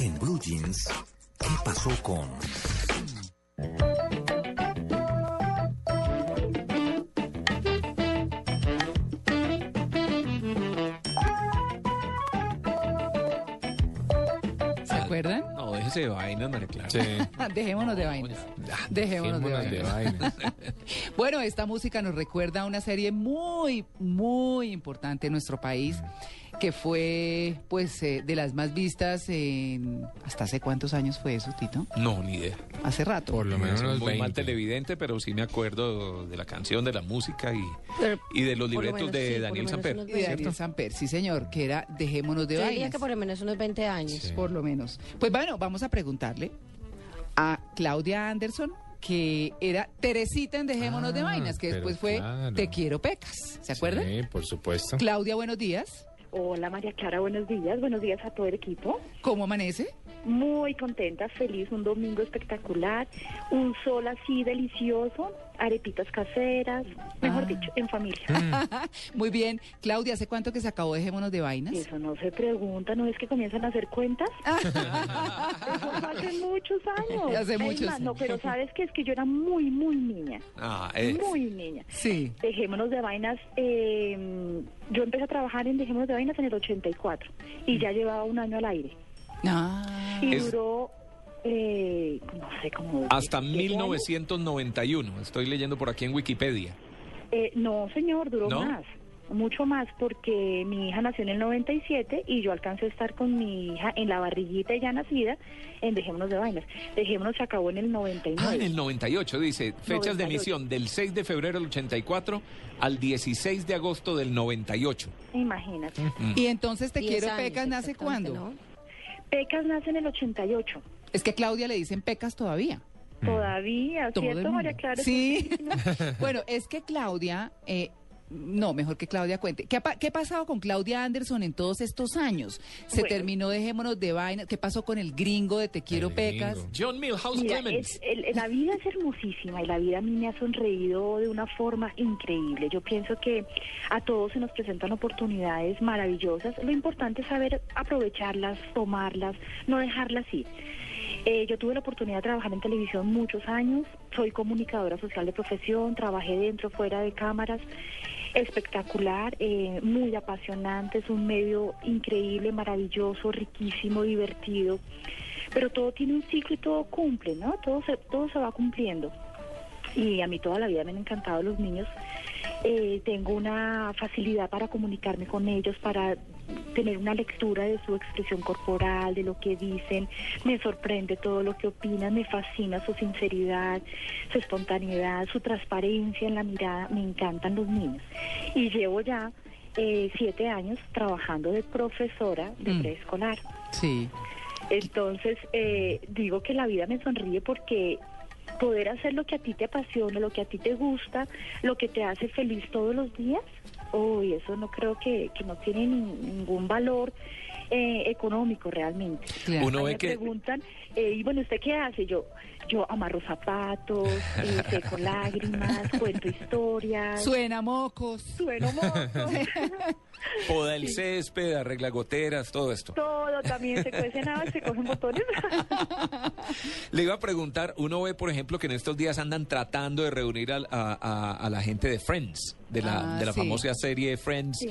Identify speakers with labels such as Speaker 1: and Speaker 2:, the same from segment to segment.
Speaker 1: En Blue Jeans, ¿qué pasó con?
Speaker 2: ¿Se acuerdan? Ah,
Speaker 3: No, déjese de vainas, María Clara.
Speaker 2: Dejémonos de vainas. Dejémonos de
Speaker 3: Dejémonos de
Speaker 2: vainas.
Speaker 3: vainas.
Speaker 2: Bueno, esta música nos recuerda a una serie muy, muy importante en nuestro país, que fue, pues, eh, de las más vistas en... ¿Hasta hace cuántos años fue eso, Tito?
Speaker 3: No, ni idea.
Speaker 2: Hace rato.
Speaker 3: Por lo menos
Speaker 4: unos
Speaker 3: muy mal
Speaker 4: 20.
Speaker 3: televidente, pero sí me acuerdo de la canción, de la música y,
Speaker 5: Pero
Speaker 3: y de los
Speaker 5: por lo
Speaker 3: libretos
Speaker 5: menos,
Speaker 3: de
Speaker 5: sí, por lo
Speaker 3: Daniel
Speaker 5: menos
Speaker 3: Samper.
Speaker 5: unos
Speaker 2: Y de Daniel
Speaker 3: ¿cierto?
Speaker 2: Samper, sí señor, que era Dejémonos de
Speaker 5: Yo diría
Speaker 2: vainas.
Speaker 5: que por lo menos unos 20 años.
Speaker 2: por lo menos. Pues bueno, vamos a preguntarle a Claudia Anderson, que era Teresita en Dejémonos de
Speaker 4: Ah,
Speaker 2: Vainas, que
Speaker 4: pero
Speaker 2: después fue
Speaker 4: claro.
Speaker 2: Te Quiero Pecas. ¿Se acuerdan?
Speaker 4: Sí, por supuesto.
Speaker 2: Claudia, buenos días.
Speaker 6: Hola María Clara, buenos días, buenos días a todo el equipo.
Speaker 2: ¿Cómo amanece?
Speaker 6: Muy contenta, feliz, un domingo espectacular, un sol así delicioso, arepitas caseras, mejor
Speaker 2: Ah.
Speaker 6: dicho, en familia.
Speaker 2: Muy bien. Claudia, ¿hace cuánto que se acabó Dejémonos de Vainas?
Speaker 6: Eso no se pregunta, ¿no es que comienzan a hacer cuentas? Eso fue hace muchos años.
Speaker 2: Ah. Hace
Speaker 6: Es
Speaker 2: muchos
Speaker 6: más, no,
Speaker 2: años. Eh.
Speaker 6: pero sabes que es que yo era muy, muy niña,
Speaker 3: Ah, es.
Speaker 6: muy niña.
Speaker 2: Sí.
Speaker 6: Dejémonos de vainas. eh, yo empecé a trabajar en Dejémonos de vainas en el 84
Speaker 2: Mm.
Speaker 6: y ya llevaba un año al aire.
Speaker 2: Ah,
Speaker 6: Y
Speaker 3: Es-
Speaker 6: duró, eh, no sé cómo.
Speaker 3: Hasta
Speaker 6: ¿siete años?
Speaker 3: 1991. Estoy leyendo por aquí en Wikipedia.
Speaker 6: Eh, no, señor, duró
Speaker 3: ¿No?
Speaker 6: más. Mucho más, porque mi hija nació en el 97 y yo alcancé a estar con mi hija en la barriguita ya nacida en Dejémonos de Vainas. Dejémonos se acabó en el 99.
Speaker 3: Ah, en el 98 dice, fechas de
Speaker 6: 98.
Speaker 3: emisión del 6 de febrero del 84 al 16 de agosto del 98.
Speaker 6: Imagínate.
Speaker 2: y entonces Te
Speaker 5: 10
Speaker 2: Quiero
Speaker 5: años
Speaker 2: Pecas nace
Speaker 5: exactamente,
Speaker 2: cuándo?
Speaker 6: Pecas nace en el 88.
Speaker 2: Es que a Claudia le dicen Pecas todavía.
Speaker 3: Mm.
Speaker 6: Todavía,
Speaker 2: Todo el
Speaker 6: ¿cierto, María
Speaker 2: mundo.
Speaker 6: Clara?
Speaker 2: Sí. bueno, es que Claudia, eh, no, mejor que Claudia cuente. ¿Qué ha, pa- qué ha pasado con Claudia Anderson en todos estos años? Se
Speaker 6: Bueno.
Speaker 2: terminó Dejémonos de Vainas. ¿Qué pasó con el gringo de Te Quiero
Speaker 4: El
Speaker 2: Pecas?
Speaker 4: gringo.
Speaker 3: John Milhouse
Speaker 6: Mira,
Speaker 3: Clemens.
Speaker 6: es- el- la vida es hermosísima y la vida a mí me ha sonreído de una forma increíble. Yo pienso que a todos se nos presentan oportunidades maravillosas. Lo importante es saber aprovecharlas, tomarlas, no dejarlas ir. Eh, yo tuve la oportunidad de trabajar en televisión muchos años. Soy comunicadora social de profesión, trabajé dentro, fuera de cámaras. Espectacular, eh, muy apasionante, es un medio increíble, maravilloso, riquísimo, divertido pero todo tiene un ciclo y todo cumple, ¿no? Todo se, todo se va cumpliendo. Y a mí toda la vida me han encantado los niños. Eh, tengo una facilidad para comunicarme con ellos, para tener una lectura de su expresión corporal, de lo que dicen. Me sorprende todo lo que opinan, me fascina su sinceridad, su espontaneidad, su transparencia en la mirada. Me encantan los niños. Y llevo ya eh, siete años trabajando de profesora de
Speaker 2: Mm.
Speaker 6: preescolar.
Speaker 2: Sí.
Speaker 6: Entonces, eh, digo que la vida me sonríe porque poder hacer lo que a ti te apasiona, lo que a ti te gusta, lo que te hace feliz todos los días, uy, eso no creo que, que no tiene ni- ningún valor eh, económico realmente.
Speaker 2: Claro.
Speaker 3: Uno
Speaker 6: Ahí
Speaker 3: ve
Speaker 6: me
Speaker 3: que...
Speaker 6: preguntan, eh, y bueno, ¿usted qué hace? Yo, yo amarro zapatos, eh, seco lágrimas, cuento historias,
Speaker 2: Suena mocos.
Speaker 6: sueno moco.
Speaker 3: Poda el césped, arregla goteras, todo esto.
Speaker 6: todo, también se cuecen habas, se cogen botones.
Speaker 3: Le iba a preguntar, uno ve, por ejemplo, que en estos días andan tratando de reunir al- a, a- a la gente de Friends, de la,
Speaker 2: Ah,
Speaker 3: de la
Speaker 2: sí.
Speaker 3: famosa serie Friends,
Speaker 6: Sí.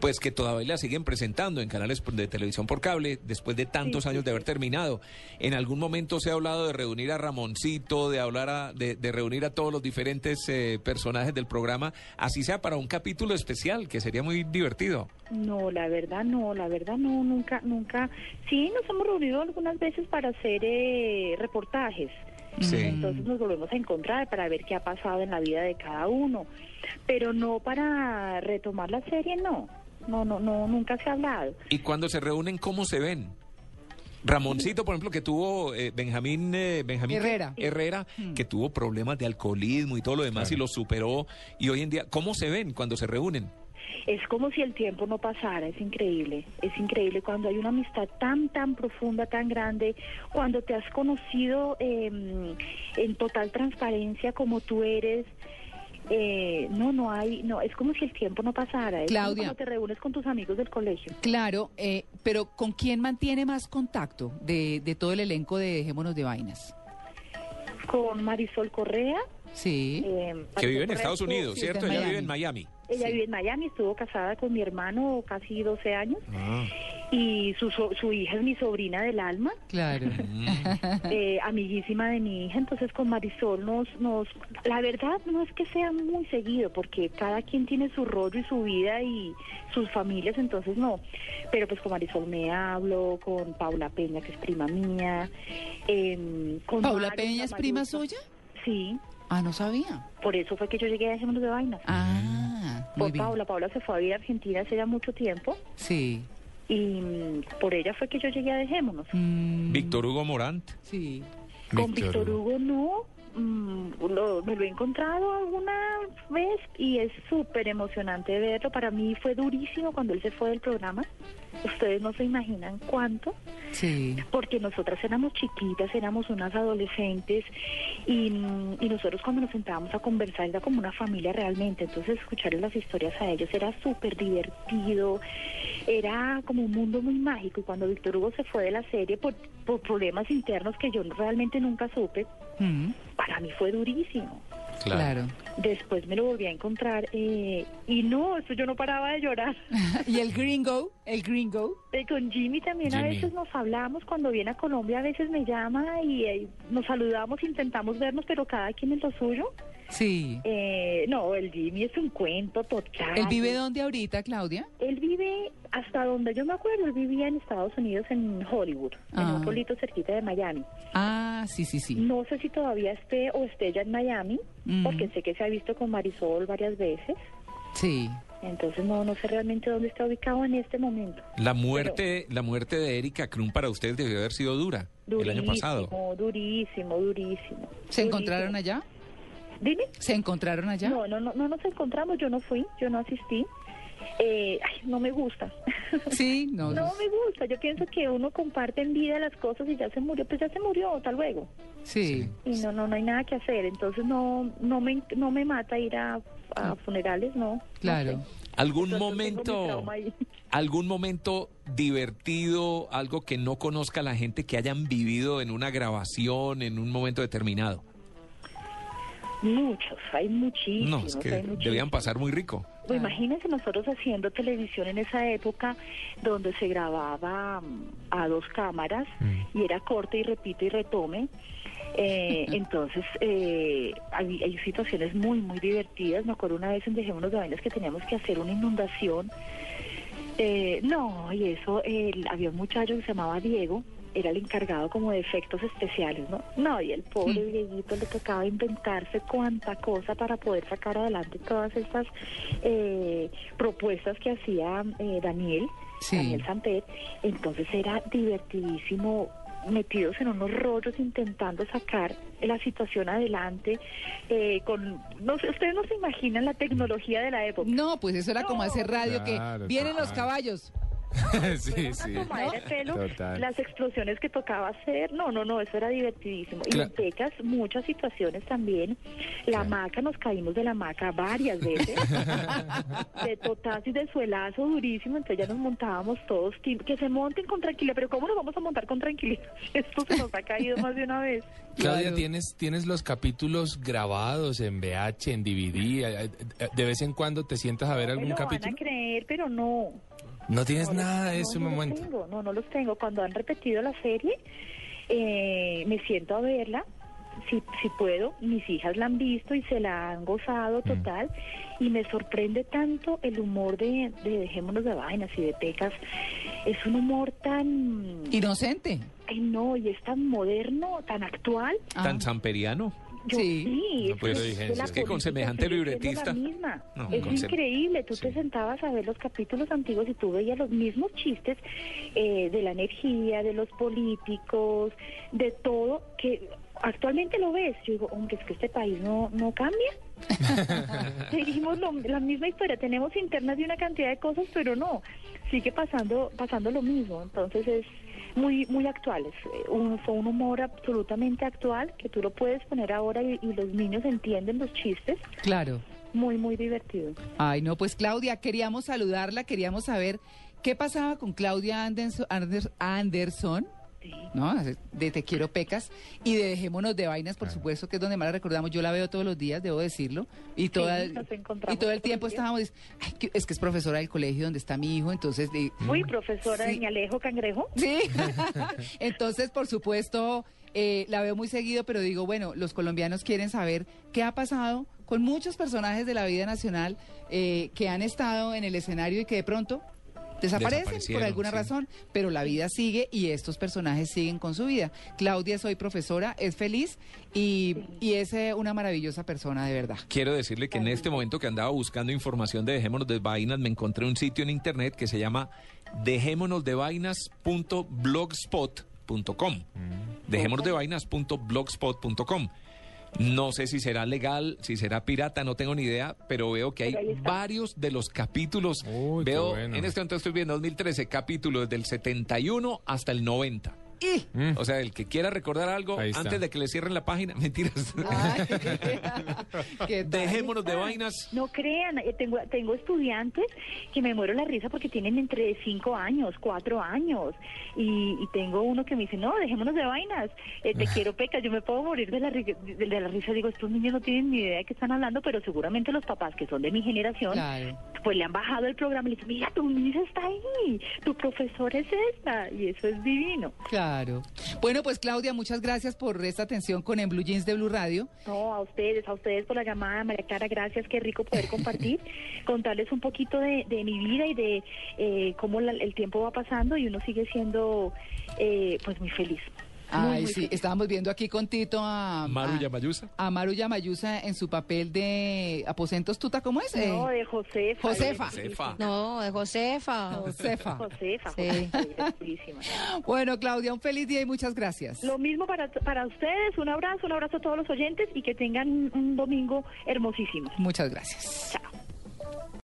Speaker 3: pues que todavía la siguen presentando en canales por- de televisión por cable, después de tantos
Speaker 6: Sí, sí,
Speaker 3: años de haber terminado. En algún momento se ha hablado de reunir a Ramoncito, de hablar a- de, de reunir a todos los diferentes eh, personajes del programa, así sea para un capítulo especial, que sería muy divertido.
Speaker 6: No, la verdad no, la verdad no, nunca, nunca. Sí, nos hemos reunido algunas veces para hacer eh, reportajes.
Speaker 3: Sí.
Speaker 6: Entonces nos volvemos a encontrar para ver qué ha pasado en la vida de cada uno, pero no para retomar la serie, no. No, no, no, nunca se ha hablado.
Speaker 3: Y cuando se reúnen, ¿cómo se ven? Ramoncito, por ejemplo, que tuvo eh, Benjamín, eh, Benjamín
Speaker 2: Herrera.
Speaker 3: Herrera, que tuvo problemas de alcoholismo y todo lo demás y lo superó. Y hoy en día, ¿cómo se ven cuando se reúnen?
Speaker 6: Es como si el tiempo no pasara, es increíble, es increíble cuando hay una amistad tan, tan profunda, tan grande, cuando te has conocido eh, en total transparencia como tú eres. eh, no, no hay, no, es como si el tiempo no pasara. Es como
Speaker 2: Claudia.
Speaker 6: cuando te reúnes con tus amigos del colegio.
Speaker 2: Claro, eh, pero ¿con quién mantiene más contacto de, de todo el elenco de Dejémonos de Vainas?
Speaker 6: Con Marisol Correa.
Speaker 2: Sí.
Speaker 6: eh,
Speaker 3: Que
Speaker 6: Marisol
Speaker 3: vive en
Speaker 6: Correa
Speaker 3: Estados
Speaker 6: estuvo-
Speaker 3: Unidos,
Speaker 2: sí,
Speaker 3: ¿cierto?
Speaker 2: está en
Speaker 3: Ella vive en Miami.
Speaker 6: Ella
Speaker 2: Sí.
Speaker 6: vive en Miami, estuvo casada con mi hermano casi 12 años
Speaker 3: Ah.
Speaker 6: y su, so- su hija es mi sobrina del alma.
Speaker 2: Claro.
Speaker 6: eh, amiguísima de mi hija, entonces con Marisol nos, nos, la verdad no es que sea muy seguido, porque cada quien tiene su rollo y su vida y sus familias, entonces no, pero pues con Marisol me hablo, con Paula Peña, que es prima mía, em, con...
Speaker 2: ¿Paula
Speaker 6: Maru,
Speaker 2: Peña es
Speaker 6: la
Speaker 2: prima
Speaker 6: Maruca.
Speaker 2: suya?
Speaker 6: Sí,
Speaker 2: Ah, no sabía.
Speaker 6: por eso fue que yo llegué a Dejémonos de Vainas.
Speaker 2: Ah, muy
Speaker 6: por
Speaker 2: bien.
Speaker 6: Paula, Paula se fue a vivir a Argentina hace ya mucho tiempo
Speaker 2: Sí.
Speaker 6: y mm, por ella fue que yo llegué a Dejémonos.
Speaker 2: Mm,
Speaker 3: Víctor Hugo Morant.
Speaker 2: Sí.
Speaker 6: Con Víctor Hugo no, mm, lo- me lo he encontrado alguna vez y es súper emocionante verlo. Para mí fue durísimo cuando él se fue del programa. Ustedes no se imaginan cuánto,
Speaker 2: Sí.
Speaker 6: porque nosotras éramos chiquitas, éramos unas adolescentes y, mm, y nosotros cuando nos sentábamos a conversar era como una familia realmente. Entonces escuchar las historias a ellos era súper divertido, era como un mundo muy mágico. Y cuando Víctor Hugo se fue de la serie por, por problemas internos que yo realmente nunca supe,
Speaker 2: Mm,
Speaker 6: para mí fue durísimo.
Speaker 2: claro.
Speaker 6: Después me lo volví a encontrar eh, y no, eso yo no paraba de llorar.
Speaker 2: ¿Y el gringo? ¿El gringo?
Speaker 6: Eh, con Jimmy también a
Speaker 3: Jimmy.
Speaker 6: veces nos hablamos, cuando viene a Colombia a veces me llama y eh, nos saludamos, intentamos vernos, pero cada quien en lo suyo.
Speaker 2: Sí.
Speaker 6: Eh, no, el Jimmy es un cuento total.
Speaker 2: ¿Él vive dónde ahorita, Claudia?
Speaker 6: Él vive hasta donde yo me acuerdo, él vivía en Estados Unidos, en Hollywood, en
Speaker 2: Ah.
Speaker 6: un pueblito cerquita de Miami.
Speaker 2: Ah, sí, sí, sí.
Speaker 6: No sé si todavía esté o esté ya en Miami,
Speaker 2: Mm.
Speaker 6: porque sé que se ha visto con Marisol varias veces.
Speaker 2: Sí.
Speaker 6: Entonces no, no sé realmente dónde está ubicado en este momento.
Speaker 3: La muerte, la muerte de Erika Krum para ustedes debió haber sido dura el año pasado.
Speaker 6: Durísimo, durísimo, durísimo.
Speaker 2: ¿Se encontraron allá?
Speaker 6: Dime.
Speaker 2: ¿Se encontraron allá?
Speaker 6: No, no, no, no nos encontramos, yo no fui, yo no asistí. Eh, ay, no me gusta.
Speaker 2: Sí, no.
Speaker 6: No me gusta, yo pienso que uno comparte en vida las cosas y ya se murió, pues ya se murió, tal luego.
Speaker 2: Sí.
Speaker 6: Y no, no, no hay nada que hacer, entonces no, no me, no me mata ir a, a funerales, no.
Speaker 2: Claro.
Speaker 3: ¿Algún
Speaker 6: Entonces, tengo mi
Speaker 3: momento,
Speaker 6: trauma ahí.
Speaker 3: algún momento divertido, algo que no conozca la gente que hayan vivido en una grabación, en un momento determinado?
Speaker 6: Muchos, hay
Speaker 3: No,
Speaker 6: muchísimos.
Speaker 3: es que
Speaker 6: hay muchísimos.
Speaker 3: debían pasar muy rico.
Speaker 6: Pues imagínense nosotros haciendo televisión en esa época donde se grababa mm, a dos cámaras y era corte y repite y retome. Eh, entonces, eh, hay, hay situaciones muy, muy divertidas. Me acuerdo una vez en Dejémonos de Vainas que teníamos que hacer una inundación. Eh, no, y eso, el- había un muchacho que se llamaba Diego, era el encargado como de efectos especiales, ¿no? No, y el pobre Dieguito le tocaba inventarse cuánta cosa para poder sacar adelante todas estas eh, propuestas que hacía eh, Daniel,
Speaker 2: Sí.
Speaker 6: Daniel Samper. Entonces era divertidísimo metidos en unos rollos intentando sacar la situación adelante eh, con no sé, ustedes no se imaginan la tecnología de la época
Speaker 2: No, pues eso era como hacer radio
Speaker 4: Claro,
Speaker 2: que vienen los
Speaker 4: total.
Speaker 2: caballos.
Speaker 4: sí,
Speaker 6: Una
Speaker 4: sí.
Speaker 6: tomadera de pelo,
Speaker 4: Total.
Speaker 6: las explosiones que tocaba hacer, no, no, no, eso era divertidísimo. Y
Speaker 4: Cla-
Speaker 6: en Pecas, muchas situaciones también. La hamaca, nos caímos de la hamaca varias veces, de totazo y de suelazo durísimo, entonces ya nos montábamos todos, tim- que se monten con tranquilidad, pero ¿cómo nos vamos a montar con tranquilidad? Esto se nos ha caído más de una vez.
Speaker 4: Claudia,
Speaker 2: Claro.
Speaker 4: ¿tienes, ¿tienes los capítulos grabados en VH, en DVD? Eh, ¿De vez en cuando te sientas a ver
Speaker 6: Me
Speaker 4: algún
Speaker 6: lo van a
Speaker 4: capítulo?
Speaker 6: creer, pero no.
Speaker 4: No tienes
Speaker 6: No,
Speaker 3: Ah,
Speaker 4: nada de
Speaker 6: no,
Speaker 4: eso,
Speaker 6: no los
Speaker 4: momento.
Speaker 6: tengo, no, no los tengo. Cuando han repetido la serie, eh, me siento a verla, si, si puedo. Mis hijas la han visto y se la han gozado total. Y me sorprende tanto el humor de, de Dejémonos de Vainas y de Pecas. Es un humor tan...
Speaker 2: Inocente.
Speaker 6: Ay, no, y es tan moderno, tan actual.
Speaker 2: Ah.
Speaker 3: Tan samperiano.
Speaker 6: Yo,
Speaker 2: Sí.
Speaker 6: sí,
Speaker 4: No, pues,
Speaker 6: yo
Speaker 4: diligencia.
Speaker 6: la
Speaker 4: Es
Speaker 3: que con
Speaker 6: política
Speaker 3: semejante
Speaker 6: sigue siendo
Speaker 3: libretista.
Speaker 6: la misma.
Speaker 3: No,
Speaker 6: es
Speaker 3: con sem-
Speaker 6: increíble. Tú te
Speaker 3: sí.
Speaker 6: sentabas a ver los capítulos antiguos y tú veías los mismos chistes eh, de la energía, de los políticos, de todo que actualmente lo ves. Yo digo, hombre, es que este país no, no cambia. Seguimos lo- la misma historia. Tenemos internas de una cantidad de cosas, pero no. Sigue pasando, pasando lo mismo. Entonces es muy muy actual. Es, eh, un, fue un humor absolutamente actual que tú lo puedes poner ahora y, y los niños entienden los chistes.
Speaker 2: Claro.
Speaker 6: Muy, muy divertido.
Speaker 2: Ay, no, pues Claudia, queríamos saludarla, queríamos saber qué pasaba con Claudia Anderson, Anders- Anderson, ¿no? De Te Quiero Pecas y de Dejémonos de Vainas, por supuesto, que es donde más la recordamos. Yo la veo todos los días, debo decirlo. Y, toda, el-
Speaker 6: nos encontramos
Speaker 2: y todo el
Speaker 6: todos
Speaker 2: tiempo
Speaker 6: los días.
Speaker 2: estábamos, "Ay, que- es que es profesora del colegio donde está mi hijo, entonces... de-
Speaker 6: Uy, profesora
Speaker 2: Mm. Sí.
Speaker 6: Doña Alejo Cangrejo.
Speaker 2: Sí. Entonces, por supuesto, eh, la veo muy seguido, pero digo, bueno, los colombianos quieren saber qué ha pasado con muchos personajes de la vida nacional eh, que han estado en el escenario y que de pronto desaparecen por
Speaker 3: Desaparecieron,
Speaker 2: alguna
Speaker 3: sí.
Speaker 2: razón, pero la vida sigue y estos personajes siguen con su vida. Claudia, soy profesora, es feliz y, y es eh, una maravillosa persona de verdad.
Speaker 3: Quiero decirle que en este momento que andaba buscando información de Dejémonos de Vainas, me encontré un sitio en internet que se llama dejémonosdevainas.blogspot.com. Dejémonosdevainas.blogspot.com. No sé si será legal, si será pirata, no tengo ni idea, pero veo que hay
Speaker 6: Pero ahí está.
Speaker 3: varios de los capítulos.
Speaker 4: Uy, qué
Speaker 3: veo,
Speaker 4: bueno.
Speaker 3: en este momento estoy viendo 2013 capítulos del 71 hasta el 90.
Speaker 2: Y
Speaker 4: Mm.
Speaker 3: O sea, el que quiera recordar algo
Speaker 4: Ahí está.
Speaker 3: antes de que le cierren la página, mentiras.
Speaker 2: Ay, ¿qué tal?
Speaker 3: Dejémonos de vainas.
Speaker 6: No crean, eh, tengo, tengo estudiantes que me muero la risa porque tienen entre 5 años, 4 años. Y, y tengo uno que me dice, no, dejémonos de vainas, eh, te quiero peca, yo me puedo morir de la, ri- de, de la risa. Digo, estos niños no tienen ni idea de qué están hablando, pero seguramente los papás que son de mi generación,
Speaker 2: Claro.
Speaker 6: pues le han bajado el programa y le dicen, mira, tu niña está ahí, tu profesora es esta, y eso es divino.
Speaker 2: Claro. Bueno, pues Claudia, muchas gracias por esta atención con En Blue Jeans de Blue Radio.
Speaker 6: No, a ustedes, a ustedes por la llamada, María Clara, gracias, qué rico poder compartir, contarles un poquito de, de mi vida y de eh, cómo la- el tiempo va pasando y uno sigue siendo eh, pues muy feliz. Muy,
Speaker 2: Ay,
Speaker 6: muy
Speaker 2: sí,
Speaker 6: feliz.
Speaker 2: estábamos viendo aquí con Tito a...
Speaker 3: Maru
Speaker 2: a-
Speaker 3: Yamayusa.
Speaker 2: A Maru Yamayusa en su papel de Aposentos Tuta, ¿cómo es? Eh,
Speaker 6: No, de Josefa.
Speaker 2: Josefa.
Speaker 3: Josefa.
Speaker 5: No, de Josefa.
Speaker 2: Josefa.
Speaker 6: Josefa,
Speaker 5: Sí.
Speaker 6: Josefa, divertidísima.
Speaker 2: Bueno, Claudia, un feliz día y muchas gracias.
Speaker 6: Lo mismo para, para ustedes, un abrazo, un abrazo a todos los oyentes y que tengan un- un domingo hermosísimo.
Speaker 2: Muchas gracias.
Speaker 6: Chao.